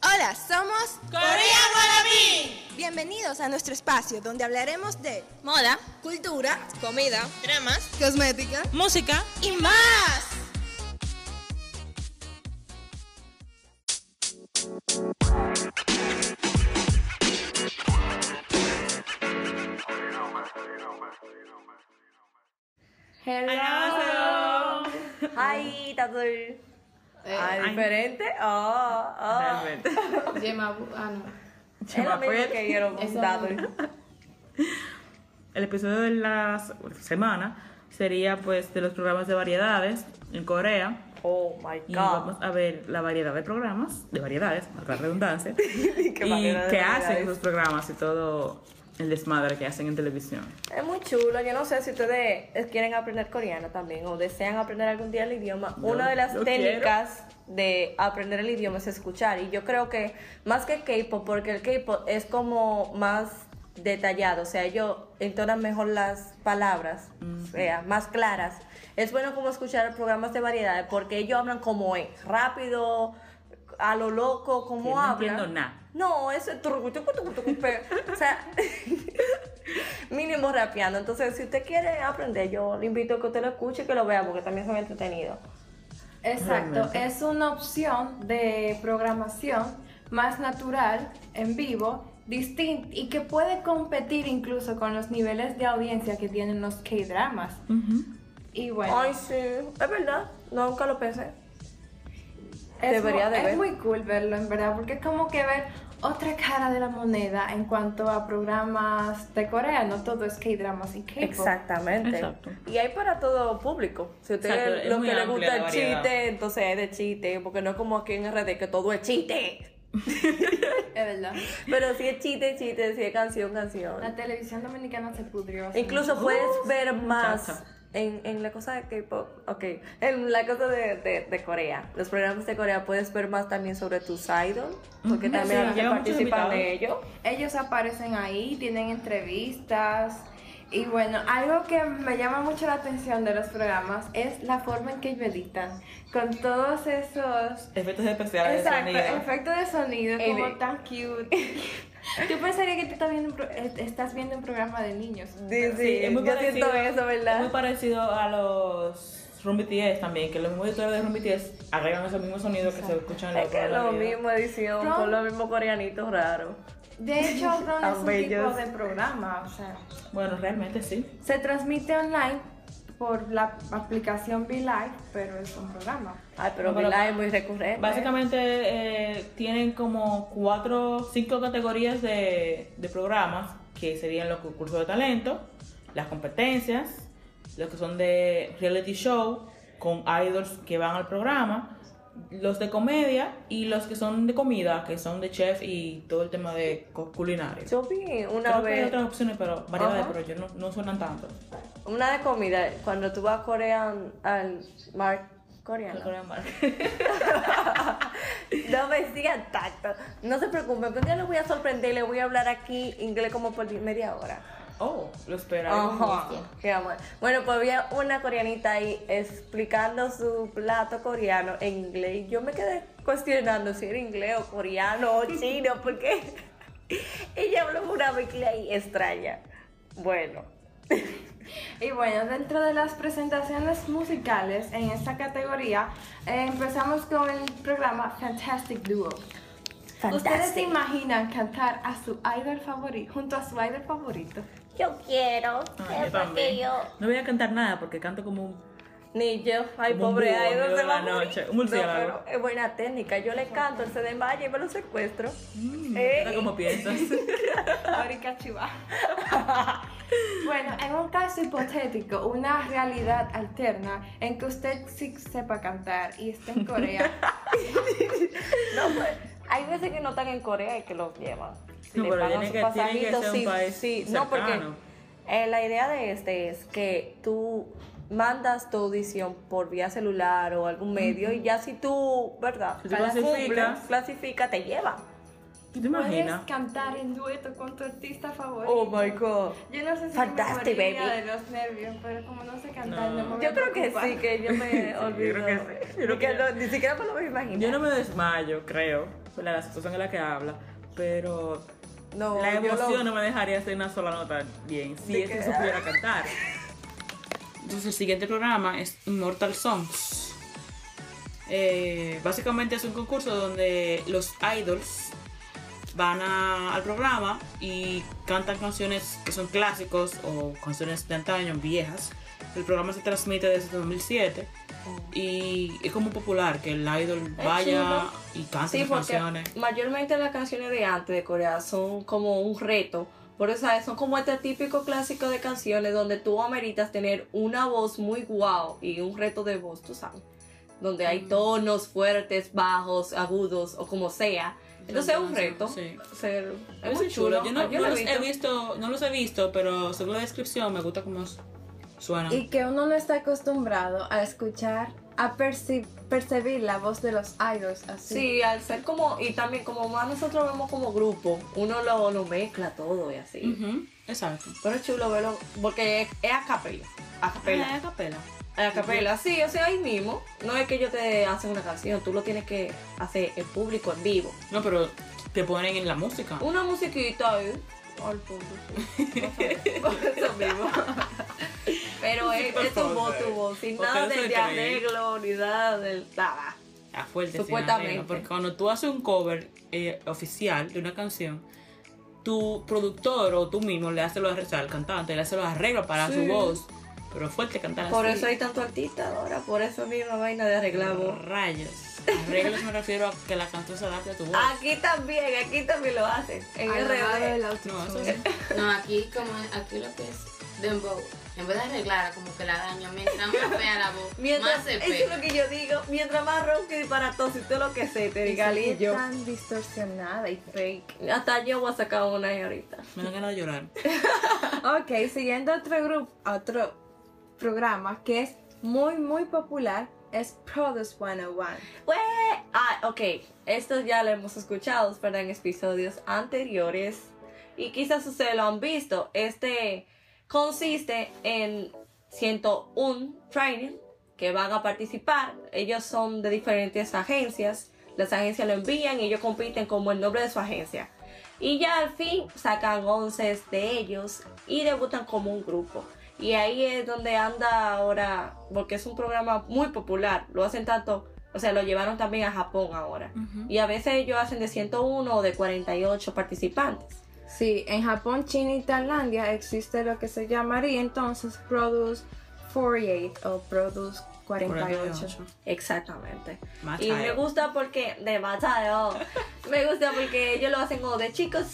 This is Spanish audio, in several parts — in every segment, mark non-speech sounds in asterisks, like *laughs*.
Nosotras somos Corea Guarabí. bienvenidos a nuestro espacio donde hablaremos de Moda, cultura, comida, dramas cosmética Música. y más. 하이 다들 Eh, 아 Ah, diferente oh, oh. *laughs* Alberto. Yemabu- ah, no. pues, es lo mismo que *laughs* vieron Eso dados El episodio de la semana sería pues de los programas de variedades en Corea. oh my Y god vamos a ver la variedad de programas, de variedades, marca la redundancia, *laughs* Y y qué variedad de qué variedades. hacen esos programas y todo el desmadre que hacen en televisión. es muy chulo yo no sé si ustedes quieren aprender coreano también o desean aprender algún día el idioma Yo- una de las yo técnicas de aprender el idioma es escuchar y yo creo que más que K-pop porque el K-pop es como más detallado, o sea, ellos entonan mejor las palabras, o sea, más claras. Es bueno como escuchar programas de variedades porque ellos hablan como es, rápido, a lo loco, como Que no hablan. entiendo nada. No, eso es turrucu, tucu, tucu, tucu, pero, o sea, *laughs* mínimo rapeando. Entonces, si usted quiere aprender, yo le invito a que usted lo escuche y que lo vea porque también se ve entretenido. Exacto, Realmente. es una opción de programación más natural, en vivo, distinta y que puede competir incluso con los niveles de audiencia que tienen los K-dramas. Y bueno, Ay, sí, es verdad, nunca lo pensé. es, debería mu- de es ver. muy cool verlo, en verdad, porque es como que ver otra cara de la moneda en cuanto a programas de Corea, no todo es K-dramas y K-pop. Exactamente. Exacto. Y hay para todo público. Si usted Exacto, es es lo muy que le amplia gusta la el variedad. chiste, entonces es de chiste, porque no es como aquí en RD que todo es chiste. Es verdad. Pero si es chiste, chiste, si es canción, canción. La televisión dominicana se pudrió. así. Incluso puedes ver más muchacha. en, en la cosa de K-pop, ok, en la cosa de, de- de Corea, los programas de Corea puedes ver más también sobre tus idols, porque Ujú. también Sí, a veces lleva muchos participan invitados. de ello. Ellos aparecen ahí, tienen entrevistas. Y bueno, algo que me llama mucho la atención de los programas es la forma en que ellos editan. Con todos esos. Efectos especiales Exacto, de sonido. efectos de sonido, Y como Eh, de- tan cute. *laughs* Yo pensaría que tú estás viendo, un pro- eh, estás viendo un programa de niños. Sí, sí, yo siento eso, Es ¿verdad? muy parecido a los Room BTS también, que los mismos editores de Room BTS agregan esos mismos sonidos que se escuchan en la Es que es lo mismo edición, No. con los mismos coreanitos raros. *laughs* De hecho, Ron Tan es un bellos. tipo de programa, o sea. Bueno, realmente sí. Se transmite online por la aplicación Be Live, pero es un programa. Ay, pero No, pero- Vila es muy recurrente. Básicamente eh, tienen como cuatro, cinco categorías de, de programas, que serían los concursos de talento, las competencias, los que son de reality show, con idols que van al programa, los de comedia y los que son de comida, que son de chef y todo el tema de co- culinario. Yo vi una Creo que hay vez otras opciones, pero variedades, Ajá. pero yo no, no suenan tanto. una de comida, cuando tú vas a Corea, al mar coreano. Creo que era mal. No me sigan tanto. No se preocupen, que un día les voy a sorprender y les voy a hablar aquí inglés como por media hora. Oh, lo esperaba. Ajá, qué amor. Bueno, pues había una coreanita ahí explicando su plato coreano en inglés. Y Yo me quedé cuestionando si era inglés o coreano o chino, porque *laughs* ella habló una mezcla ahí extraña. Bueno, Y bueno, dentro de las presentaciones musicales en esta categoría, eh, empezamos con el programa Fantastic Duo. ¿Ustedes se fantástico. imaginan cantar a su idol favorito, junto a su idol favorito? Yo quiero. Ah, yo también. No voy a cantar nada porque canto como un Ni yo, ay Como un pobre búho en idol medio se de va a la morir. noche, un murciélago. No, pero es buena técnica, yo le canto, él se desmaya y me lo secuestro. Ey. Era como piensas. *laughs* Ahorita chiva. bueno, en un caso hipotético, una realidad alterna en que usted sí sepa cantar y esté en Corea. No, pues, hay veces que no están en Corea y que los llevan. No, Le pero pagan tiene su que- tiene que pasajito, ser un sí, país sí. No, cercano. porque eh, la idea de este es que tú mandas tu audición por vía celular o algún medio y ya si tú, ¿verdad? Si tú Cumples, clasificas. clasifica, te lleva. ¿Tú te Puedes imaginas? cantar en dueto con tu artista favorito. Oh my god. Yo no sé si Fantastic, me moriría baby. de los nervios, pero como no sé cantar, No. no, me voy Yo a creo que preocupar. sí, que yo *laughs* me olvido. creo que sí. Yo creo Porque que- no- ni siquiera me lo voy a imaginar. Yo no me desmayo, creo, por la situación en la que habla, pero No, la yo lo- emoción no me dejaría hacer una sola nota bien, si De es que- que supiera cantar. Entonces el siguiente programa es Immortal Songs. Eh, básicamente es un concurso donde los idols van a- al programa y cantan canciones que son clásicos o canciones de antaño, viejas. El programa se transmite desde 2007 y es como popular que el idol Oh. Es vaya y cante Sí, las porque canciones. mayormente las canciones de antes de Corea son como un reto. Por eso ¿sabes? son como este típico clásico de canciones donde tú ameritas tener una voz muy guau y un reto de voz, tú sabes. Donde hay Mm. tonos fuertes, bajos, agudos o como sea. Entonces es un reto. Sí. Ser- es Es muy chulo. Ah, Yo no, Yo lo no he los he visto. visto, no los he visto, pero según la descripción me gusta cómo s- suenan. Y que uno no está acostumbrado a escuchar, a perci- percibir la voz de los idols así. Sí, al ser como, y también como más nosotros vemos como grupo, uno lo, lo mezcla todo y así. Ujú, Exacto. Pero es chulo verlo, porque es, es a capella. A capella. Ah, a capela. A capela, sí, o sea, ahí mismo. No es que yo te hacen una canción, tú lo tienes que hacer en público, en vivo. No, pero te ponen en la música. Una musiquita ahí, al *laughs* público. Eso mismo. Pero es, por es tu favor. voz, tu voz, sin Porque nada no se de, de cree. arreglo, ni nada del nada. A fuerte. sin Supuestamente. arreglo, Porque cuando tú haces un cover eh, oficial de una canción, tu productor o tú mismo le haces los arreglos al cantante, le haces los arreglos para su voz. Pero fuerte cantar Por así. eso hay tanto artista ahora, por eso misma vaina de arreglar voz. Rayos. Arreglos me refiero a que la canción se adapte a tu voz. Aquí también, aquí también lo hacen. En Al lado RD. del No, eso autotune. sí. No, aquí como aquí lo que es dembow, en vez de arreglarla, como que la daño, mientras más fea la voz, Mientras, más se eso es pega. lo que yo digo, mientras más ronco y disparatoso y todo lo que se te diga, Y se ve Lillo. tan distorsionada y fake. Hasta yo voy a sacar una ahí ahorita. Me dan ganas de llorar. Ok, siguiendo otro grupo, otro programa que es muy muy popular es Produce 101. Pues, ah, ok, esto ya lo hemos escuchado, ¿verdad? En episodios anteriores. Y quizás ustedes lo han visto. Este consiste en 101 training que van a participar. Ellos son de diferentes agencias. Las agencias lo envían y ellos compiten como el nombre de su agencia. Y ya al fin sacan 11 de ellos y debutan como un grupo. Y ahí es donde anda ahora, porque es un programa muy popular. Lo hacen tanto, o sea, lo llevaron también a Japón ahora. Y a veces ellos hacen de 101 o de 48 participantes. Sí, en Japón, China y Tailandia existe lo que se llamaría entonces Produce 48 o Produce 48. Exactamente. Más Y me allá. gusta porque, de Mateo, me gusta porque ellos lo hacen o de chicos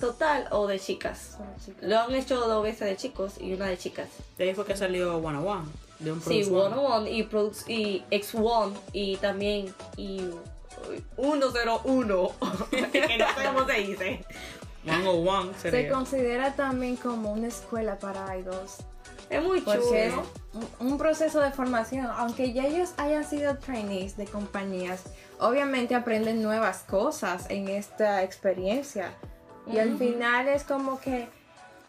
total o de chicas. Son chicas. Lo han hecho dos veces de chicos y una de chicas. De ahí fue que salió One on One. De un Sí, productor. One One y, Produx- y X1 y también y 101. que no sé cómo se dice. One on One Se sería. considera también como una escuela para idols. Es muy chulo. porque es un un proceso de formación. Aunque ya ellos hayan sido trainees de compañías, obviamente aprenden nuevas cosas en esta experiencia. Y al final es como que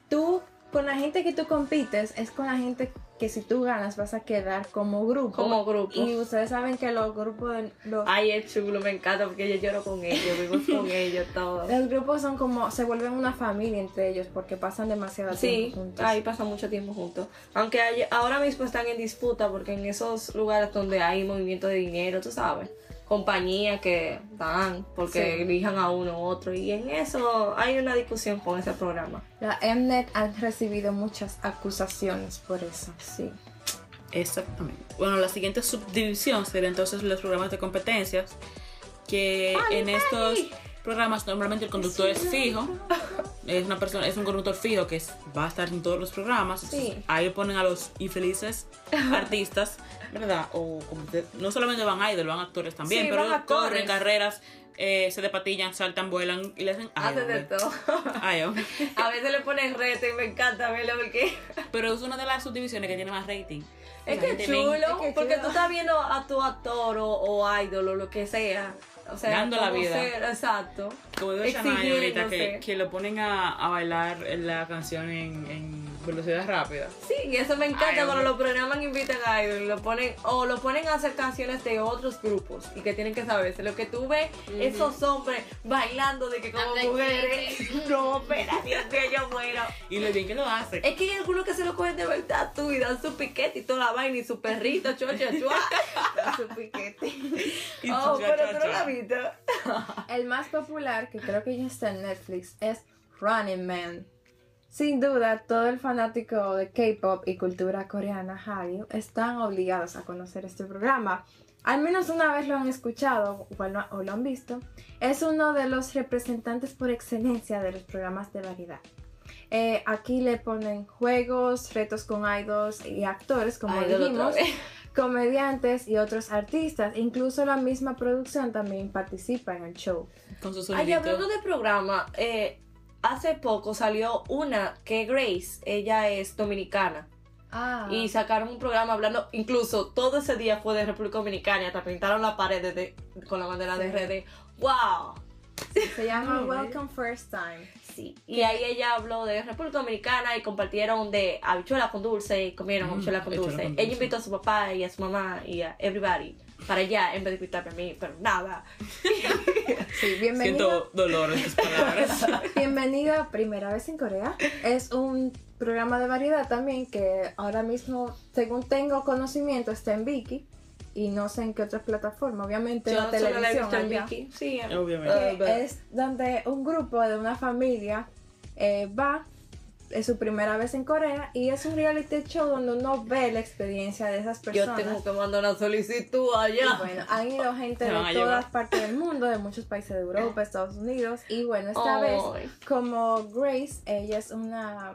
tú, con la gente que tú compites, es con la gente que si tú ganas vas a quedar como grupo. Como grupo. Ah. Y ustedes saben que los grupos, de- los, Ay, es chulo, me encanta porque yo lloro con ellos, vivimos con ellos todo. los grupos son como, se vuelven una familia entre ellos porque pasan demasiado Sí, tiempo juntos. ahí pasan mucho tiempo juntos. Aunque hay- ahora mismo están en disputa porque en esos lugares donde hay movimiento de dinero, tú sabes, compañías que dan porque Sí. elijan a uno u otro. Y en eso hay una discusión con ese programa. La Mnet han recibido muchas acusaciones por eso. Sí. Exactamente. Bueno, la siguiente subdivisión sería entonces los programas de competencias. Que Ah, en estos programas normalmente el conductor es fijo. Es una persona, es un conductor fijo que es- va a estar en todos los programas. Entonces, Ahí ponen a los infelices *laughs* artistas, ¿verdad? O como de- no solamente van idol, van actores también, Sí, pero van actores. corren carreras, eh, se depatillan, saltan, vuelan y le hacen Hace de idol. todo. *laughs* Idol. A veces le ponen reto y me encanta verlo porque Pero es una de las subdivisiones que tiene más rating. es La que gente chulo, ve- es que porque chulo. tú estás viendo a tu actor o, o ídolo, lo que sea, O sea, Dando la como vida. ser- exacto. Como digo Shania ahorita, que, Exigiéndose. que lo ponen a, a bailar la canción en, en velocidad rápida. Sí, y eso me encanta Ay, cuando hombre. lo programan invitan a Idol y lo ponen, o lo ponen a hacer canciones de otros grupos y que tienen que saberse. Lo que tú ves, esos hombres bailando de que como Habla mujeres, *laughs* no, espera, Dios mío, yo muero. Y lo bien que lo hace. Es que hay algunos que se lo cogen de verdad tú y dan su piquete y toda la vaina y su perrito, chua, chua, *laughs* chua. su piquete. Y oh, su chua, pero chua, tú no la chua. viste. El más popular, que creo que ya está en Netflix, es Running Man. Sin duda, todo el fanático de K-pop y cultura coreana, Hallyu, están obligados a conocer este programa. Al menos una vez lo han escuchado o lo, o lo han visto. Es uno de los representantes por excelencia de los programas de variedad. Eh, aquí le ponen juegos, retos con idols y actores, como Idol otra dijimos vez. comediantes y otros artistas. Incluso la misma producción también participa en el show. Con su Ay, hablando sonidito. de programa, eh, hace poco salió una que Grace, ella es dominicana. Ah. Y sacaron un programa hablando, incluso todo ese día fue de República Dominicana, y hasta pintaron la pared de- con la bandera de RD. ¡Wow! se llama Welcome First Time. Sí. Y ahí ella habló de República Dominicana y compartieron de habichuela con dulce y comieron Mm, habichuela con habichuela dulce. con Ella dulce. invitó a su papá y a su mamá y a everybody para allá en vez de invitarme a mí, pero nada. Sí, bienvenido. Siento dolor en tus palabras. *laughs* Bienvenida primera vez en Corea. Es un programa de variedad también que ahora mismo, según tengo conocimiento, está en Viki y no sé en qué otras plataformas. Obviamente la solo la he televisión. visto en allá. Viki. Sí, eh. Obviamente. que es donde un grupo de una familia eh, va, es su primera vez en Corea, y es un reality show donde uno ve la experiencia de esas yo personas. pues. tengo que mandar una solicitud allá. Y bueno, han ido gente Me de van a todas llevar. partes del mundo, de muchos países de Europa, Estados Unidos, y bueno, Oh. esta vez, Ay. como Grace, ella es una...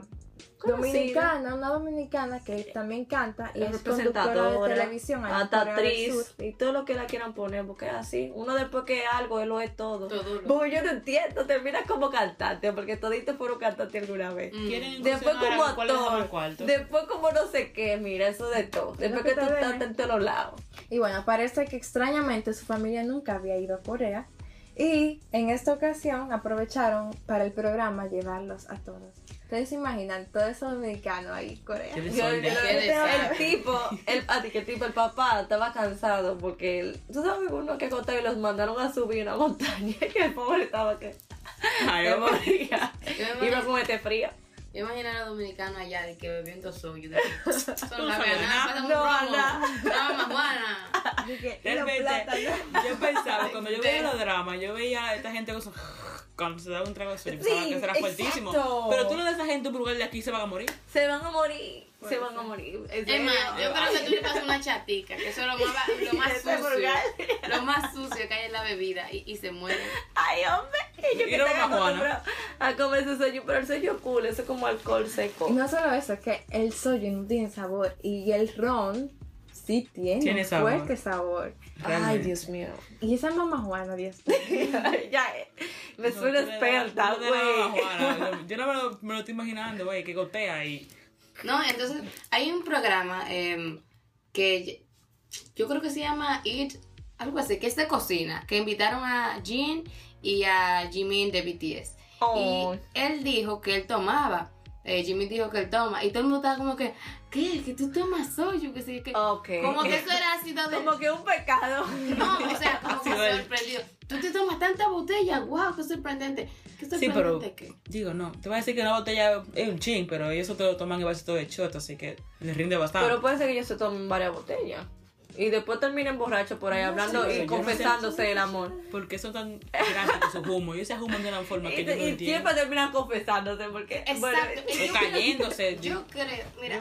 Conocida. Dominicana, una dominicana que también canta y es conductora de representadora, televisión, allá en hasta Corea del Sur. actriz y todo lo que la quieran poner, porque es así, uno después que es algo, él lo es todo. Todo lo- Porque yo no entiendo, termina como cantante, porque todito fueron cantante alguna vez. Mm. Quieren Después incursionar como a cuál es el mejor actor, cuarto. después como no sé qué, mira, eso de todo. Después que que tú te den. estás en todos lados. Y bueno, parece que extrañamente su familia nunca había ido a Corea. Y en esta ocasión aprovecharon para el programa llevarlos a todos. Ustedes se imaginan, todo eso dominicano ahí, Corea. Qué Yo- desorden. yo- Qué el desastre. tipo, el, ah, di que tipo, el papá estaba cansado porque él- tú sabes uno que contaba y los mandaron a subir una montaña *laughs* y el pobre estaba que Ay, se hombre. moría. Yo me Iba imagino- con este frío. Yo imagino a los dominicanos allá de que bebiendo soju. De que, solo la No, verdad, no, pasa un no, romo, no. una marihuana. Realmente, yo pensaba, cuando yo veía los dramas, yo veía a esta gente con su- Cuando se daba un trago de sueño, pensaba Sí, que eso era exacto. fuertísimo. Pero tú no de esa gente en un lugar de aquí se van a morir. Se van a morir, se van a morir. En Es más, serio. yo creo que tú le pasas una chatica, que eso es lo más, lo más Ese vulgar. sucio. Lo más sucio que hay en la bebida y, y se muere. Ay, hombre, ellos que Y no están vamos a Juana. acostumbrados a comer su soyu, pero el soyu cool, eso es como alcohol seco. Y no solo eso, que el soju no tiene sabor y el ron sí tiene, Tiene un sabor. fuerte sabor. Ay, Dios mío. Y esa mamá Juana, *laughs* Dios mío. ya, eh, me No, suena tú le dabas- experta, tú le dabas güey. a *laughs* Juana. Yo no me lo, me lo estoy imaginando, güey, que gotea y No, entonces hay un programa eh, que yo- yo creo que se llama Eat, algo así, que es de cocina, que invitaron a Jin y a Jimin de BTS. Oh. Y él dijo que él tomaba. eh, Jimmy dijo que él toma. Y todo el mundo estaba como que, ¿qué? ¿Que tú tomas soju? Que sí, que... Ok. Como que eso era ácido de... Como que un pecado. *laughs* No, o sea, como que Ácido del- sorprendido. Tú te tomas tanta botella, wow, qué sorprendente. Qué Sí, pero- sorprendente que. digo, no, te voy a decir que una botella es un chin, pero ellos te lo toman en vasito de shot, así que les rinde bastante. Pero puede ser que ellos se tomen varias botellas. Y después terminen borrachos por ahí hablando sé, yo y no sé. confesándose el amor. Porque son tan grandes con su humo. Y ese humo de una forma Y, que yo no y entiendo. siempre terminan confesándose porque. Exacto. bueno, Y O yo creo- cayéndose. Yo creo, mira,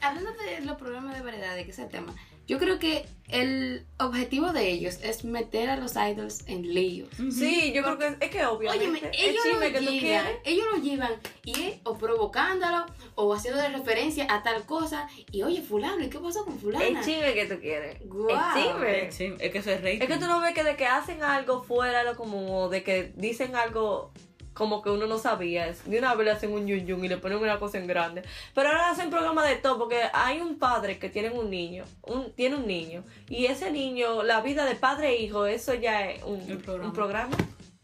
hablando de los programas de variedad, que es el tema, yo creo que el objetivo de ellos es meter a los idols en líos. Sí, yo creo que es que obviamente. Óyeme, el ellos lo, chisme que tú llevan, quieres. ellos lo llevan y es o provocándolo o haciéndole referencia a tal cosa. Y oye, fulano, ¿y qué pasó con fulana? El chisme que tú quieres. Guau. El chisme. Eh, Sí, es que eso es rey. Es que tú no ves que de que hacen algo fuera de lo común o de que dicen algo como que uno no sabía. Es- De una vez le hacen un yun yun y le ponen una cosa en grande. Pero ahora hacen programa de todo porque hay un padre que tiene un niño, un, tiene un niño. Y ese niño, la vida de padre e hijo, eso ya es un, El programa. un programa.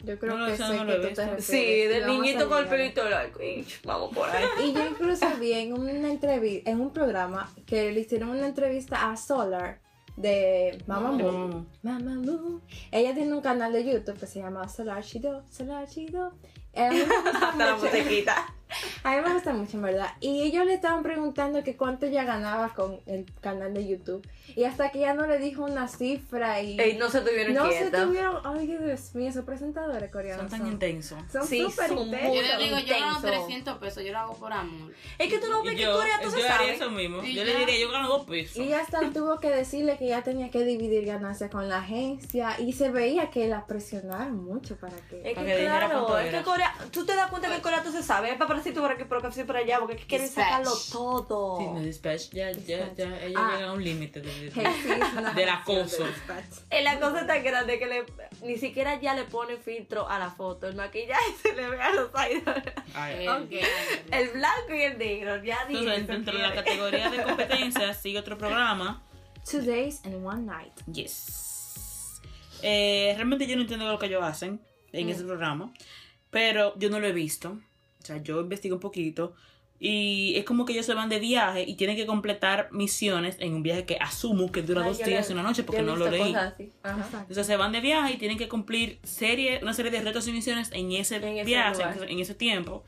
Yo creo No, que eso sé no que lo he tú te visto. refieres. Sí, Y del vamos niñito a con el llegar. pelito largo. Y, Vamos por *laughs* ahí. Y yo incluso vi en una entrevista, en un programa, que le hicieron una entrevista a Solar de Mamamoo. Mm. Mamamoo. Mamamoo. Ella tiene un canal de YouTube que se llama Solar Chido, Solar Chido. Eh, a *laughs* mí me gusta Hasta la mucho. musiquita. A mí me gusta mucho, en verdad. Y ellos le estaban preguntando que cuánto ella ganaba con el canal de YouTube. Y hasta que ella no le dijo una cifra y... Ey, no se tuvieron no se quietas. tuvieron... Ay, Dios mío, esos presentadores coreanos Son tan son- intensos. Son Sí, súper son intensos. Yo le digo, yo gano Intenso. 300 pesos, yo lo hago por amor. Es que tú no ves Y que yo, Corea, tú se yo haría sabes. eso mismo. Y Yo le ya. diría, yo gano dos pesos. Y hasta tuvo que decirle que ya tenía que dividir ganancias con la agencia y se veía que la presionaron mucho para que... Es Para que que dijera claro, cuánto es que era. Corea, tú te das cuenta que Corea tú se sabe, es papacito por aquí, papacito por allá, porque es que quieren Dispatch. sacarlo todo. Sí, no, dispatch, ya, ya, ya, ella Oh. Ah. llega a un límite de, Hey, *laughs* sí, es una canción del de acoso. dispatch. Eh, La cosa es tan grande que le, ni siquiera ya le pone filtro a la foto, el maquillaje *laughs* se le ve a los idols. Ay. Ok. El blanco y el negro, ya dije. Entonces, dentro *laughs* de la categoría *laughs* de competencias sigue otro programa. Two days and one night. Yes. Eh, realmente yo no entiendo lo que ellos hacen en Mm. ese programa, pero yo no lo he visto. O sea, yo investigo un poquito y es como que ellos se van de viaje y tienen que completar misiones en un viaje que asumo que dura dos días y una noche porque no lo leí. Entonces se van de viaje y tienen que cumplir serie, una serie de retos y misiones en ese, En ese viaje, lugar. en ese- en ese tiempo.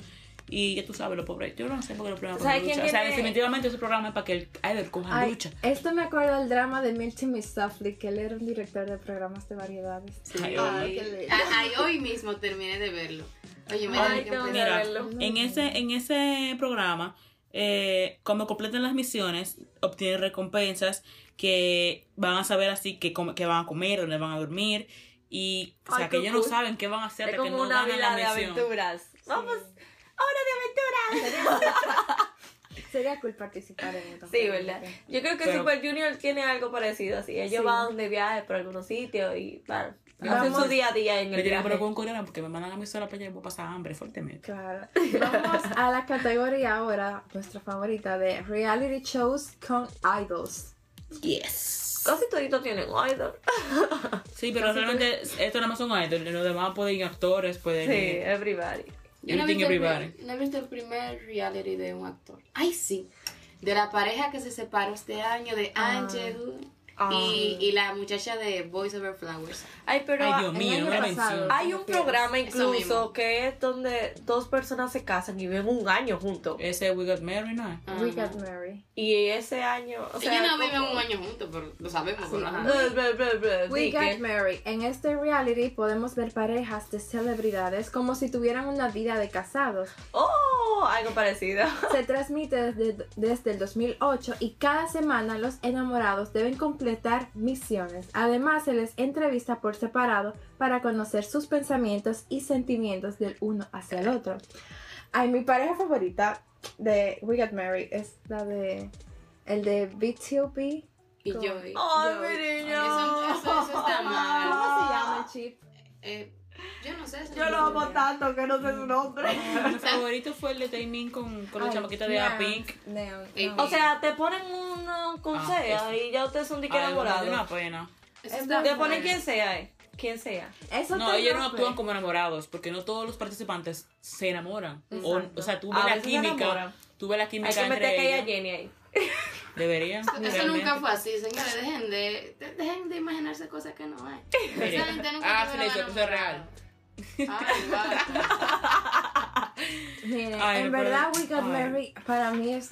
Y ya tú sabes, lo pobre. Yo no sé por qué los programas ¿Tú sabes cogen quién lucha. O sea, tiene- definitivamente ese programa es para que el idol coja Ay, lucha. esto me acuerda del drama de Milton Missoffli, que él era un director de programas de variedades. Ay, Ay, qué Ay, lindo. ay, hoy mismo terminé de verlo. Oye, me Ay, tengo que tengo que empezar. Mira, verlo. en ese, en ese programa, eh, cuando completen las misiones, obtienen recompensas que van a saber así que, com- que van a comer, dónde van a dormir. Y, o sea, Ay, que qué ellos no cool. saben qué van a hacer Es hasta que como no una ganan la vida de misión. aventuras. Vamos, hora de aventuras. Sería cool participar en esto. Sí, ¿verdad? Yo creo que Pero- Super Junior tiene algo parecido así. Ellos Sí. van de viaje por algunos sitios y bueno, hacen Vamos. su día a día en Yo el digo, pero viaje. con coreano, porque me mandan a mi sola para allá y voy a pasar hambre fuertemente. Claro. Vamos a la categoría ahora, nuestra favorita de reality shows con idols. Yes. Casi toditos tienen idol. Sí, pero realmente esto nada más son idols. Los demás pueden ir actores, pueden Sí, ir. everybody. Yo no he, Everything visto el, Everybody. pri- no he visto el primer reality de un actor. Ay, sí. De la pareja que se separó este año de Ah. Angel y, y la muchacha de Voice Over Flowers. Ay, pero Ay, Dios ah, mío, año una pasado. mención. hay un programa Eso incluso mismo. que es donde dos personas se casan y viven un año juntos. Ese We Got Married, ¿no? We Got Married. Y ese año, o sea, Ah. Ellos no viven como- un año juntos, pero lo sabemos. pero ajá. Blah, blah, blah, blah, We sí, Got que- Married. En este reality podemos ver parejas de celebridades como si tuvieran una vida de casados. Oh, algo parecido. *laughs* Se transmite desde, desde el 2008 y cada semana los enamorados deben completar misiones. Además, se les entrevista por separado para conocer sus pensamientos y sentimientos del uno hacia el otro. Ay, mi pareja favorita de We Got Married es la de... El de BTOB. Y Con- yo. Ay, Yo- mi niño. Eso, eso, eso está mal. ¿Cómo se llama, Chip? Eh, yo no sé. eso Yo lo no amo tanto que no sé su nombre. Ah, *laughs* Mi favorito fue el de Taemin con, con la Ay, chamaquita de Neon, A Pink. Neon, Eh, no. O sea, te ponen una con Ah, sea eso. y ya ustedes son de que Ay, pues, me dio una enamorados. pena. Eso Es está Te mal. ponen quien sea, eh. Quien sea. Eso No, te ellos no rompe. actúan pues. como enamorados, porque no todos los participantes se enamoran. O, o sea, tú ves A la veces se enamoran. química. Tú ves la química Hay que meter que entre haya ellos. Jenny ahí. Deberían. Eso realmente. nunca fue así, señores. Dejen de, de- dejen de imaginarse cosas que no *laughs* hay. Mire. Esa gente nunca Ah, se le hizo, eso es real. *laughs* Ah, Miren, Ay, en pero- verdad, We Got ay. Married para mí es.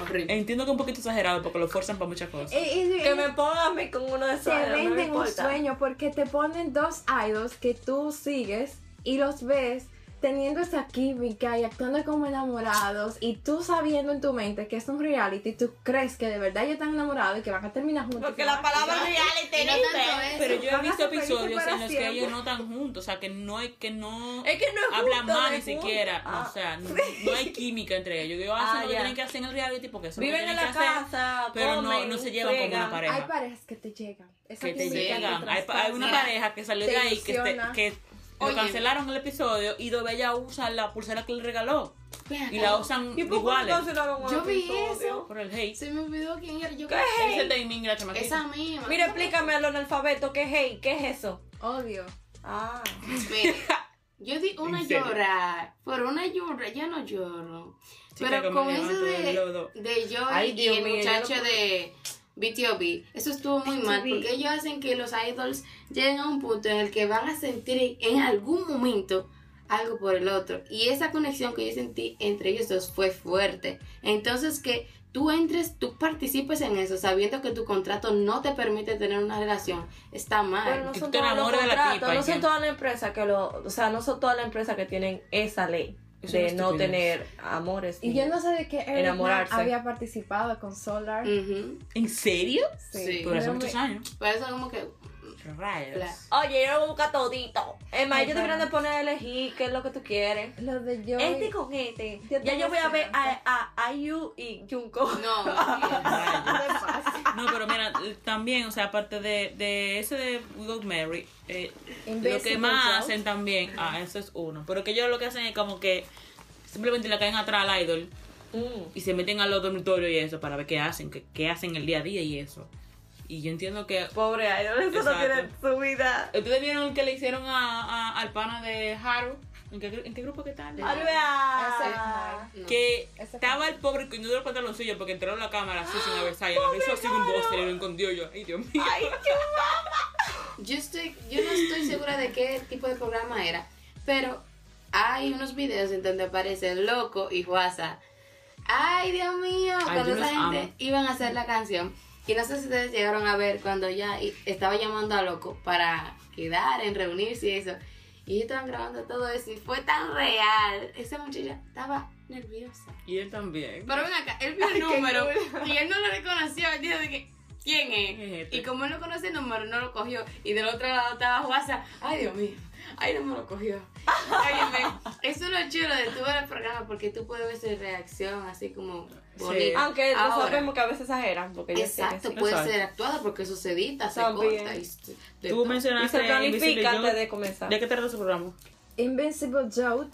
Horrible. Entiendo que un poquito exagerado, porque lo fuerzan para muchas cosas. y- y- Que me pongan a mí con uno de esos. te no me venden un importa. sueño porque te ponen dos idols que tú sigues y los ves teniendo esa química y actuando como enamorados y tú sabiendo en tu mente que es un reality, tú crees que de verdad ellos están enamorados y que van a terminar juntos. Porque la palabra Y reality no dice. tanto eso. Pero yo he Van a visto ser felices episodios para en los que siempre. ellos no están juntos, o sea, que no hay que no... Es que *laughs* no es Hablan justo, mal no ni es justo. siquiera, Ah. o sea, no, no hay química entre ellos. Ellos hacen Ah, lo que ya. tienen que hacer en el reality porque eso es lo Viven que en tienen la que hacer, casa, pero no, comen, no se llevan como friegan. una pareja. Hay parejas que te llegan. Esa que te química llegan. Hay, pa- traspasa. hay una pareja que salió te de ahí que, te- ilusiona. que Lo Oye. cancelaron el episodio y Dove ya usa la pulsera que le regaló. Ven acá. Y *laughs* la usan ¿Y por qué no iguales. cancelaron un Yo vi episodio? eso. Por el hate. Se me olvidó quién era. Yo Ese es de Mingra, chamaquita. Esa misma. Mira, explícame al analfabeto, ¿qué es hey? ¿Qué es eso? Odio. Ah. Mira, yo di una ¿En serio? llora. Por una llora. Ya no lloro. Sí, que Pero como con me eso levanto del de, lodo. de Joy Ay, y Dios el mío, yo no muchacho puedo. de BTOB, eso estuvo muy mal porque ellos hacen que los idols lleguen a un punto en el que van a sentir en algún momento algo por el otro. Y esa conexión que yo sentí entre ellos dos fue fuerte. Entonces que tú entres, tú participes en eso sabiendo que tu contrato no te permite tener una relación, está Pero mal. no que son tú te todas los enamores de la contratos, tipa y no ya. son todas las empresas que lo, o sea, no son todas las empresas que tienen esa ley Es de una no estupidez. tener amores. Y ni- yo no sabía que Eric Nam Enamorarse. había participado con Solar. Ujú. ¿En serio? Mm, Sí. Pero hace Pero muchos me- años. Por eso como que... Rayos. la- Oye, yo lo voy a buscar todito. Es más, Ay, ellos deberían de poner a elegir qué es lo que tú quieres. Lo de Joy. Este con este. Yo ya tengo yo voy a ver a, a, a IU y Junko. *laughs* No, Rayos. de paz. No, pero mira, eh, también, o sea, aparte de, de ese de We Got Mary, eh, lo que Invisible más Joe. hacen también, ah, eso es uno, pero que ellos lo que hacen es como que simplemente le caen atrás al idol Mm. y se meten a los dormitorios y eso para ver qué hacen, qué, qué hacen el día a día y eso. Y yo entiendo que... *laughs* Pobre Idol, eso no Exacto. tiene su vida. Pues, ¿Ustedes vieron el que le hicieron a, a- al pana de Haru? ¿En qué, gru- en qué grupo que tal? ah. Ah, Alvea. no. Que Ese estaba el ¡Ah, pobre con los pantaloncillos porque entró en la cámara así sin aversailles, lo hizo así un bóster y lo escondió yo. Ay, Dios mío. Ay, qué Yo, estoy, yo no estoy segura de qué tipo de programa era, pero hay unos videos en donde aparece Loco y Juasa. Ay, Dios mío, Ay, cuando yo los esa gente amo. iban a hacer la canción. Y no sé si ustedes llegaron a ver cuando ya i- estaba llamando a Loco para quedar, en reunirse y eso. Y ellos estaban grabando todo eso y fue tan real. Esa muchacha estaba nerviosa. Y él también. Pero ven acá, él vio el número y él no lo reconoció. Él dijo de que, ¿quién ¿Quién es es? este? Y como él no conoce el número, no lo cogió. Y del otro lado estaba Juasa. Ay, Dios mío. Ay, no me lo cogió. *laughs* Óyeme, eso es lo chulo de tu ver el programa porque tú puedes ver su reacción así como bonita. Aunque no Ahora, sabemos que a veces exageran, porque yo sé que Exacto, sí. puede Exacto. ser actuada porque eso se edita, se También. corta. Y se- de Tú todo. Y mencionaste se Invisible planifica Joe. antes de comenzar. ¿De qué trata su programa? Invincible Joe.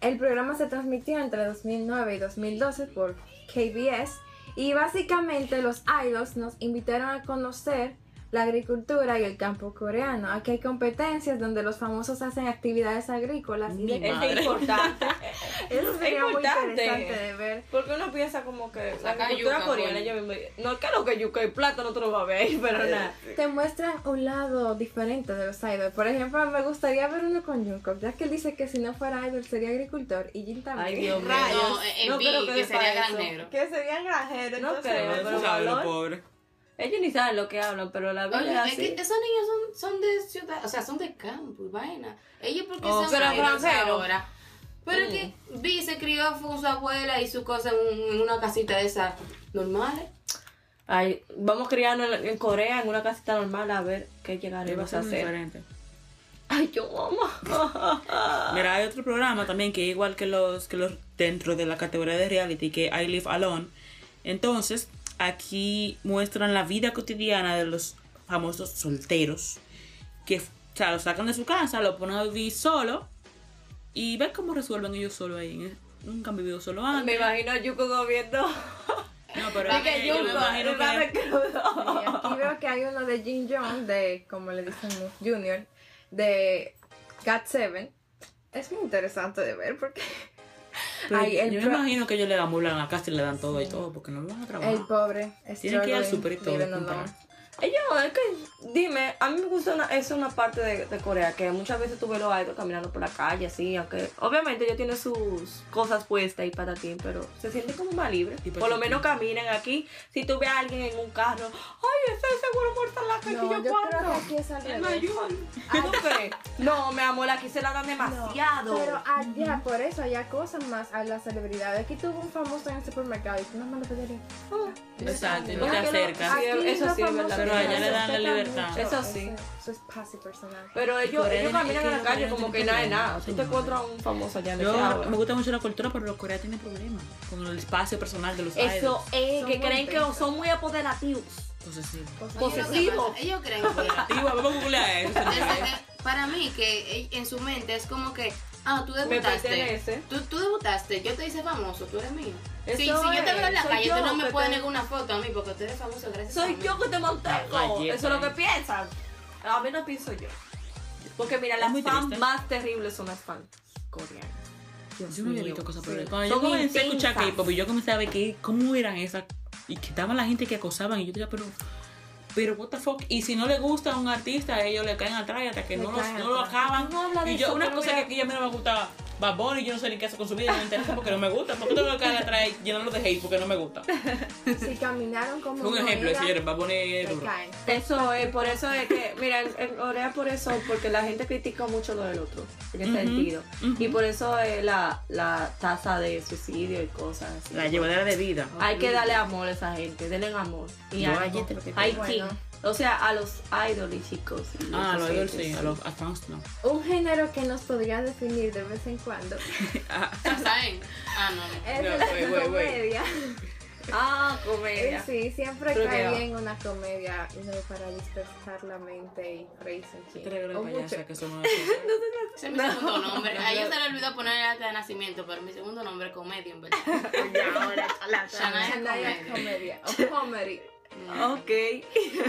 El programa se transmitió entre 2009 y 2012 por KBS y básicamente los idols nos invitaron a conocer la agricultura y el campo coreano. Aquí hay competencias donde los famosos hacen actividades agrícolas y Mi de- Es Madre. importante. eso es sería muy importante. interesante de ver. Porque uno piensa como que la Saca cultura yuca, coreana, coño. yo mismo, no es que lo que yuca y plátano tú lo vas a ver, ahí, *laughs* pero nada. Te muestran un lado diferente de los idols. Por ejemplo, me gustaría ver uno con Jungkook, ya que él dice que si no fuera idol sería agricultor y Jin también. Ay, Dios mío. No, en No vi, creo que que sea sería eso. granjero. Que serían granjeros. No entonces- creo, pero valor. pobre. Ellos ni saben lo que hablan, pero la vida Oye, es es así. que esos niños son, son de ciudad, o sea, son de campo y vaina. Ellos porque Oh, son pero idols granjero. ahora. Pero es que Vi se crió con su abuela y su cosa en, un- en una casita de esas normales. Ay, vamos criando en, en Corea, en una casita normal, a ver qué llegaremos a hacer. diferente. Ay, yo *laughs* mamá. Mira, hay otro programa también que es igual que los que los dentro de la categoría de reality que I Live Alone. Entonces, aquí muestran la vida cotidiana de los famosos solteros que o sea, lo sacan de su casa, lo ponen a vivir solo y ves cómo resuelven ellos solo ahí. Nunca han vivido solo Me antes. imagino a Yuko comiendo. No, pero Dije, yo me Yuko, imagino ramen que crudo. Y aquí veo que hay uno de Jin Jong, de, como le dicen Junior, de Cat 7. Es muy interesante de ver porque pero Ay, el yo me pro- imagino que ellos le amulan a casa y le dan todo y todo porque no van a trabajar. el pobre es Tienen que ir al super y todo a comprar. Ellos, es que, dime, a mí me gusta una, es una parte de, de Corea que muchas veces tú ves los idols caminando por la calle, así, aunque obviamente ellos tienen sus cosas puestas y patatín, pero se sienten como más libres. Y Por lo patatín. menos caminan aquí. Si tú ves a alguien en un carro, ay, ese seguro muerta en la calle, No, yo yo creo que cuatro. aquí es al Él me revés. ayuda. Ay, ¿tú crees? No, mi amor, aquí se la dan demasiado. Pero allá, por eso, allá acosan más a las celebridades. Aquí tuvo un famoso en el supermercado y tú no me lo pedirías. Exacto, y no te Porque no- acercas. Sí, eso sí, ¿verdad? Pero allá le dan la respetan libertad. mucho Eso sí. ese- Su espacio personal. Pero ellos, Corea ellos tiene- caminan en es que la calle Corea como tiene que nada de problemas, nada. Tú te señores. encuentras a un famoso allá en el Yo carro. me gusta mucho la cultura, pero los coreanos tienen problemas con el espacio personal de los Eso idols. es, Son que muy creen que intensos. son muy apoderativos. Posesivo. Posesivo. Ellos creen *laughs* Ah, que... Digo, vamos a *laughs* googlear eso. señores. Entonces, eh, para mí, que eh, en su mente es como que, ah, tú debutaste. pertenece. Tú, tú debutaste, yo te hice famoso, tú eres mío. Sí, Eso si yo te veo en es, la soy calle, yo tú no que me puedes te- negar una foto a mí porque tú eres famoso gracias a Soy mí. *laughs* yo que te mantengo. Ayer, Eso es lo que ayer. piensan. A mí no pienso yo. Porque mira, las muy fans triste. más terribles son las fans coreanas. Yo no había visto cosas peores. Cuando Son yo comencé a escuchar intensas. K-pop, y yo comencé a ver que, cómo eran esas. Y que estaban la gente que acosaban. Y yo decía, pero. Pero, what the fuck. Y si no le gusta a un artista, ellos le caen atrás y hasta que Le no, los- caen no lo atrás. acaban. No habla de y yo, eso, una pero cosa mira- que aquí a mí no me gusta. Bad Bunny, yo no sé ni qué hacer con su vida, no me interesa porque no me gusta. ¿Por qué tengo que caer atrás y llenarlo de hate porque no me *laughs* gusta? Si caminaron como. Un no ejemplo, era, señores, Bad Bunny es te duro. caen. Eso es, por eso es que, mira, en en Corea por eso, porque la gente critica mucho lo del otro, en ese sentido. Y por eso es la, la tasa de suicidio y cosas así. La llevadera de vida. Hay que darle amor a esa gente, denle amor. Y No, algo. ayer te lo quité. Ay, Bueno. sí. O sea, a los idols, chicos. y Ah, a los esos idols haters. sí, a los a fans no. Un género que nos podría definir de vez en cuando ¿Saben? Ah, no. es No, la wait, wait, wait. comedia. Ah, comedia. Sí, siempre Creo que cae va. bien una comedia you know, para dispersar la mente y reírse un Te chingo. regalo O de mucho. payasa, que somos. Ese es mi segundo nombre. A ellos se les olvidó poner el acta de nacimiento, pero mi segundo nombre es comedia, en verdad. Shania Shania es comedia comedia. o comedy. Oh. Ok.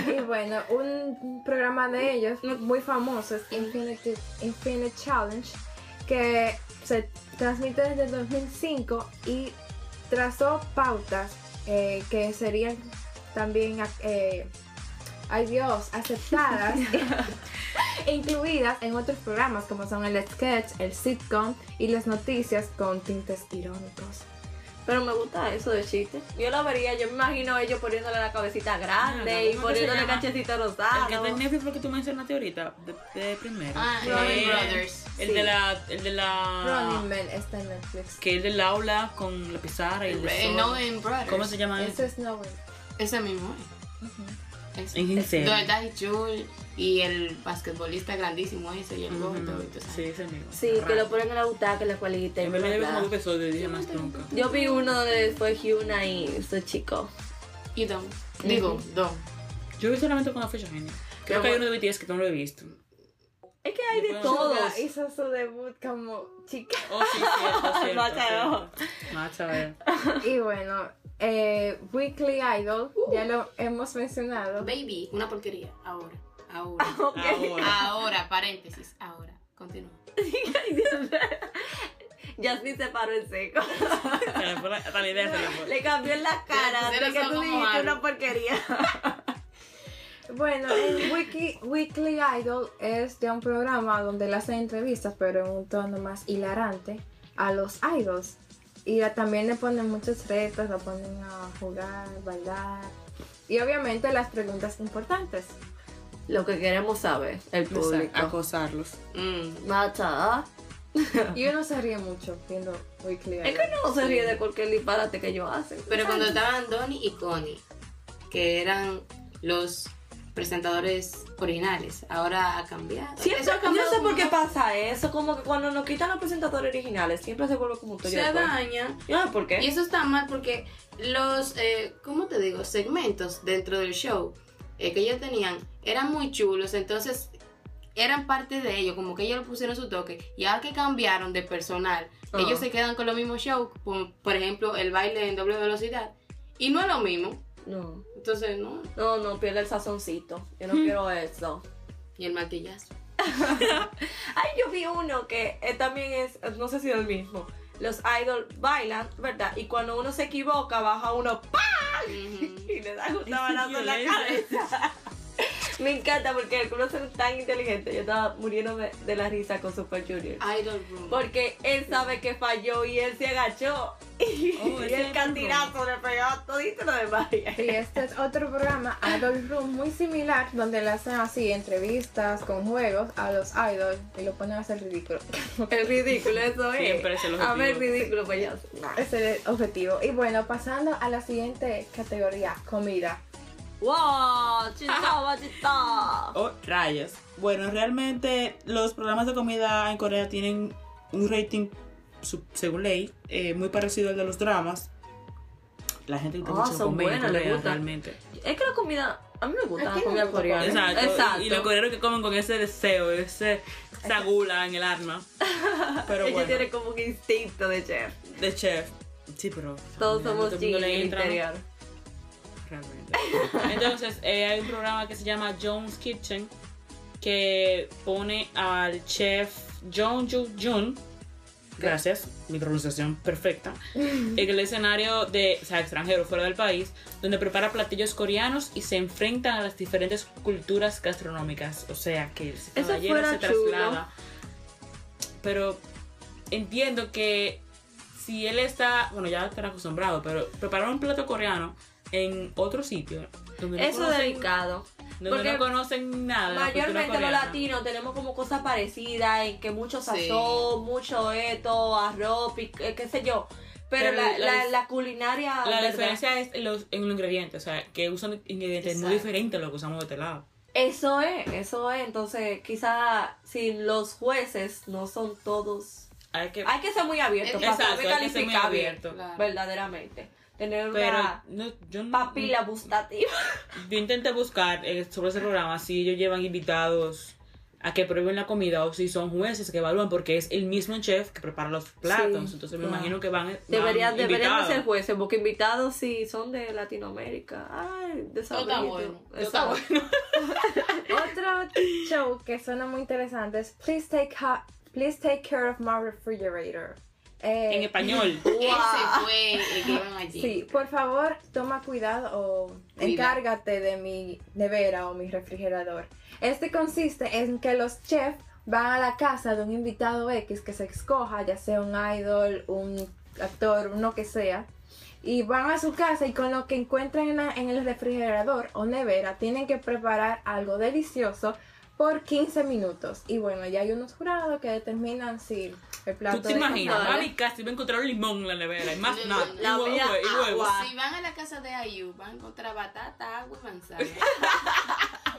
Y bueno, un programa de ellos muy famoso es Infinite, Infinite Challenge, que se transmite desde el 2005 y trazó pautas eh, que serían también, eh, ay Dios, aceptadas, *laughs* incluidas en otros programas como son el sketch, el sitcom y las noticias con tintes irónicos. Pero me gusta eso de chiste. Yo lo vería, yo me imagino ellos poniéndole la cabecita grande Ah, y ¿cómo que poniéndole se llama? cachetitos El que está en rosados. Netflix porque tú mencionaste ahorita, de, de primero. Ah, Eh, Ronin Brothers. El Sí. de la. El de Running la. Man está en Netflix. Que el del aula con la pizarra y el de Eh, sol. No en Brothers. ¿Cómo se llama Eso ese? es Snowden. Ese mismo. eh. Ese. En este. Ginseng. Donde está Jul y el basquetbolista grandísimo ese y el gordo y todo eso. Mm, Sí, ese mismo. Sí, que lo ponen en la butaca, en la escuelita. y En verdad, yo vi bla, como bla. dos episodios, dije más nunca. Yo vi uno donde fue Hyuna y su chico. Y Don. Digo, Don. Yo vi solamente con la fecha genial. Creo que hay uno de BTS que no lo he visto. Es que hay de Bueno. todos. hizo su debut como chica. Oh, sí, *laughs* cierto, cierto. Macha, no. cierto. Macha, a ver. Y bueno, eh, Weekly Idol, ya lo hemos mencionado. Baby, una porquería. Ahora. Ahora. *laughs* Ah. Ahora. Ahora, paréntesis. Ahora. Continúa. *laughs* Jasmine se paró en seco. Se le fue la- Hasta la idea se le fue. Le cambió en la cara Pero de que son tú como dijiste algo. una porquería. Bueno, el Wiki- Weekly Idol es ya un programa donde le hacen entrevistas, pero en un tono más hilarante, a los idols. Y la- también le ponen muchos retos, lo ponen a jugar, bailar. Y obviamente las preguntas importantes. Lo que queremos saber, el Ah, público. Acosarlos. Mm. Mata. Y uno se ríe mucho viendo Weekly Idol. Es que no se ríe de cualquier disparate que yo hacen. Pero cuando estaban Donnie y Connie, que eran los presentadores originales, ahora ha cambiado. Siempre, Eso ha yo no cambiado sé por como- qué pasa eso, como que cuando nos quitan los presentadores originales, siempre se vuelve como un se toyo de cola. daña. Yo no sé por Y qué. eso está mal porque los, eh, ¿cómo te digo? Segmentos dentro del show eh, que ellos tenían eran muy chulos, entonces eran parte de ellos, como que ellos le pusieron su toque. Y ahora que cambiaron de personal, Ah. ellos se quedan con los mismos shows, como, por ejemplo, el baile en doble velocidad. Y no es lo mismo. No, Entonces, no. no, no, pierde el sazoncito. Yo Mm. no quiero eso. Y el maquillazo. Ay, yo vi uno que eh, también es, no sé si es el mismo. Los idols bailan, ¿verdad? Y cuando uno se equivoca, baja uno ¡pa! Ujú. y le da un tabanazo en la cabeza. *laughs* Me encanta porque algunos son tan inteligentes. Yo estaba muriéndome de la risa con Super Junior. Idol Room. Porque él sabe que falló y él se agachó. Y, Oh, y ese es el el cantinazo le pegó a todito lo de María. Y este es otro programa, Idol Room, muy similar, donde le hacen así entrevistas con juegos a los idols y lo ponen a hacer ridículo. *laughs* El ridículo, eso es. Siempre es el A ver, objetivo. ridículo, payaso. Ese es el objetivo. Y bueno, pasando a la siguiente categoría, comida. ¡Wow! *laughs* ¡Chistaba, chistaba! Oh, rayos. Bueno, realmente los programas de comida en Corea tienen un rating, su- según ley, eh, muy parecido al de los dramas. La gente que Ah, mucho son comer en buenas, les Corea, gusta. realmente. Es que la comida. A mí me gusta Aquí no la comida me coreana. Exacto. Exacto. Y, y los coreanos que comen con ese deseo, ese, esa gula en *laughs* el alma. Pero Ella bueno, tiene como un instinto de chef. de chef. Sí, pero. Todos mira, somos no todo el G mundo en le el entra, ¿no? interior. Realmente. Entonces, eh, hay un programa que se llama Jones Kitchen que pone al chef John Joo Jun. Gracias, mi pronunciación *laughs* perfecta. En el escenario de o sea, extranjero, fuera del país, donde prepara platillos coreanos y se enfrentan a las diferentes culturas gastronómicas. O sea que el caballero fuera se chulo. traslada. Pero entiendo que si él está, bueno, ya estará acostumbrado, pero preparar un plato coreano en otro sitio donde no Eso es conocen- delicado. donde porque no conocen nada. de la cultura Mayormente los coreana. latinos tenemos como cosas parecidas en que mucho sazón, Sí. mucho esto, arroz, pic- eh, qué sé yo. Pero, Pero la, la la, dif- la culinaria. La ¿verdad? diferencia es los, en los ingredientes, o sea, que usan ingredientes muy Exacto. diferentes a los que usamos de este lado. Eso es, eso es. Entonces, quizá si los jueces no son todos. Hay que, Hay que ser muy abiertos para Eh, Exacto, saber hay que ser muy calificar bien, abierto. Claro. verdaderamente. Tener pero una no, yo no- papila gustativa. Yo intenté buscar eh, sobre ese programa si ellos llevan invitados a que prueben la comida o si son jueces que evalúan porque es el mismo chef que prepara los platos. Sí, Entonces me claro. imagino que van, van Deberían, deberían de invitados. ser jueces, porque invitados sí son de Latinoamérica. Ay, de Todo está bueno. Todo está Exacto. bueno. Otro show que suena muy interesante es Please Take, Ca- Please take Care of My Refrigerator. Eh, *laughs* En español. Ese fue el que iban allí. Sí, por favor, toma cuidado o encárgate de mi nevera o mi refrigerador. Este consiste en que los chefs van a la casa de un invitado X que se escoja, ya sea un idol, un actor, uno que sea, y van a su casa y con lo que encuentran en, la- en el refrigerador o nevera tienen que preparar algo delicioso por 15 minutos. Y bueno, ya hay unos jurados que determinan si el plato ¿Tú te es- imaginas? nada. Mami casi va a encontrar un limón en la nevera y más No, nada. no, no. Y La huevo, vida y huevo. agua. Si van a la casa de Ayu, van a encontrar batata, agua y manzana.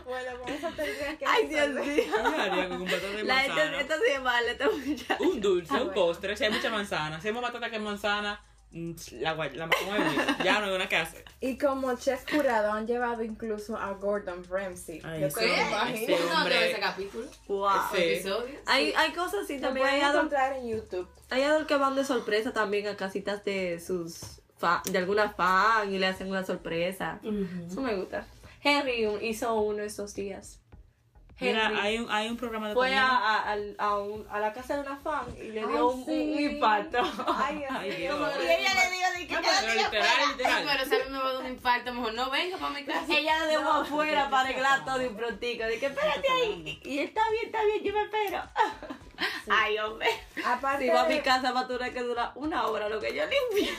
Bueno, con eso tendría *laughs* que *laughs* Ay, Dios resolver. mío. Yo haría con un batata de *laughs* La gente, manzana. Uh, esto sí es mal, esta muchacha. Un dulce, Ah, un bueno. postre, si hay mucha manzana. Si hay más batata que manzana, mm, la, gua- la macoma de huevo. Ya no hay una casa. Y como chef jurado han llevado incluso a Gordon Ramsay. Ay, Yo sí. creo que Ese imagino. ¿Tú no hombre. ves ese capítulo? Wow. Sí. ¿Episodio? Hay, hay cosas así Lo también. Hay pueden adultos encontrar en YouTube. Hay adultos que van de sorpresa también a casitas de sus fa- de alguna fan y le hacen una sorpresa. Eso me gusta. Henry hizo uno estos días. Henry Mira, hay un, hay un programa de fue a, comida. a, al- a un- a la casa de una fan y le Ay, dio un, un sí. impacto. Ay, Dios Ay, mío. Dios. Y ella le dijo de que No, pero literal, Ay, literal. pero si a mí me va a dar un infarto, mejor no venga para mi casa. ella le dejó afuera para arreglar todo de un prontico. Dije, espérate ahí. Y está bien, está bien, yo me espero. Ay, hombre. Aparte, Si va a mi de, casa va a durar que dura una hora lo que yo limpio.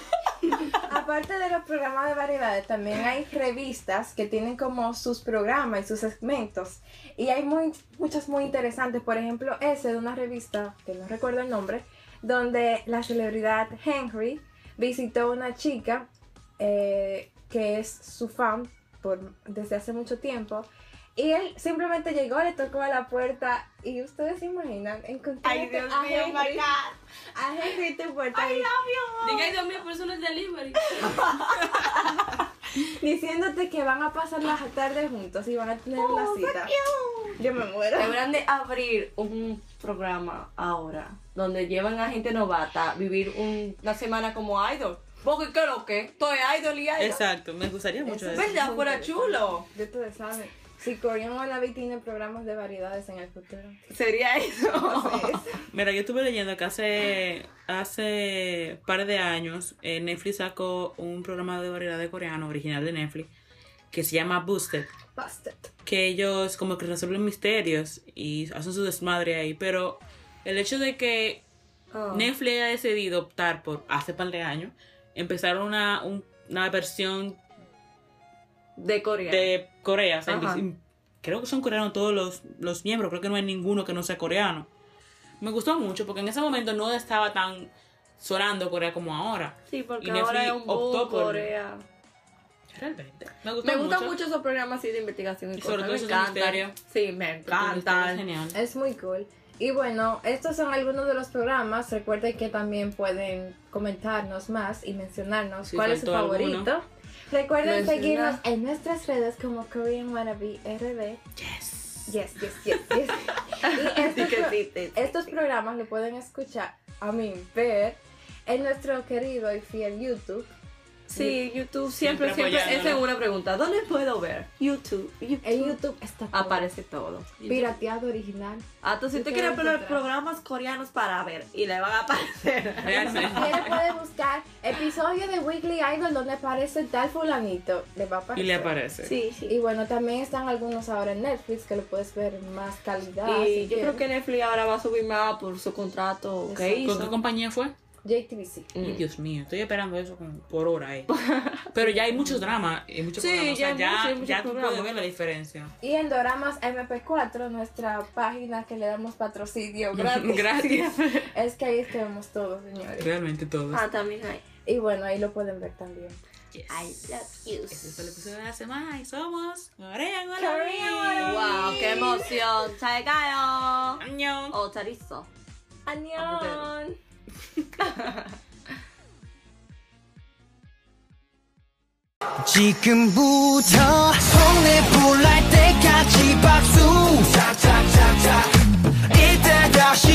aparte de los programas de variedades, también hay revistas que tienen como sus programas y sus segmentos. Y hay muy, muchas muy interesantes. Por ejemplo, ese de una revista, que no recuerdo el nombre, donde la celebridad Henry visitó a una chica eh, que es su fan por, desde hace mucho tiempo. Y él simplemente llegó, le tocó a la puerta y ustedes se imaginan encontrar Ay, Dios mío, Henry, my God. a Henry en tu puerta y- Diga, Dios mío, por eso no es delivery. diciéndote que van a pasar la tarde juntos y van a tener una cita. Yo me muero. Deberán de abrir un programa ahora donde llevan a gente novata a vivir un- una semana como idol. Porque qué lo que, estoy idol y idol. Exacto, me gustaría mucho eso. ¿Verdad? Fuera chulo. Ya ustedes saben, si Korean Wannabe tiene programas de variedades en el futuro. Sería eso. Mira, yo estuve leyendo que hace hace par de años eh, Netflix sacó un programa de variedad de coreano original de Netflix que se llama Boosted, Busted. que ellos como que resuelven misterios y hacen su desmadre ahí, pero el hecho de que Netflix ha decidido optar por hace par de años empezar una, un- una versión De Corea. de Corea. o sea, Ajá. in- creo que son coreanos todos los, los miembros. Creo que no hay ninguno que no sea coreano. Me gustó mucho porque en ese momento no estaba tan sonando Corea como ahora. Sí, porque Y Netflix ahora es un boom optó por- Corea. Realmente. Me gustó Me gustan mucho. mucho esos programas así de investigación y cosas. Sobre todo me esos de encantan. misterio. Sí, me Porque *laughs* está encantan. Genial. Es muy cool. Y bueno, estos son algunos de los programas. Recuerden que también pueden comentarnos más y mencionarnos Sí, cuál es su faltó alguno. favorito. Recuerden Mencionar. seguirnos en nuestras redes como Korean Wannabe RD. Yes. Yes, yes, yes, *laughs* yes. y este estos, pro- *laughs* estos programas lo pueden escuchar, a mí, ver en nuestro querido y fiel YouTube. Sí, YouTube siempre, Siempre siempre, es apoyándonos. una pregunta. ¿Dónde puedo ver? YouTube. En YouTube está todo. Aparece todo. pirateado original. Ah, tú si tú Ustedes quieres ver atrás. programas coreanos para ver y le van a aparecer. Realmente. Ustedes pueden buscar episodio de Weekly Idol donde aparece tal fulanito. Le va a Y aparecer. le aparece. *laughs* Sí, Y bueno, también están algunos ahora en Netflix que lo puedes ver en más calidad. si Y yo creo quieres. que Netflix ahora va a subir más por su contrato Exacto. que ¿Con qué hizo. compañía fue? JTBC. Ay, Mm. Dios mío, estoy esperando eso con- por hora. eh. Pero ya hay muchos dramas, y muchos Sí, programas. O sea, ya hay mucho- hay ya, muchos ya tú puedes programas. ver la diferencia. Y en Doramas MP4, nuestra página que le damos *laughs* patrocinio gratis. Gratis. es que ahí escribimos todo, señores. Realmente todo. Ah, también hay. Y bueno, ahí lo pueden ver también. Este fue el episodio de la semana y somos Corea ¡Wow! ¡Qué emoción! ¡Chaegayo! Corea. ¡Oh, charizo! ¡Añón! 지금부터 손에 불날 때까지 박수 짝짝짝짝 이때 다시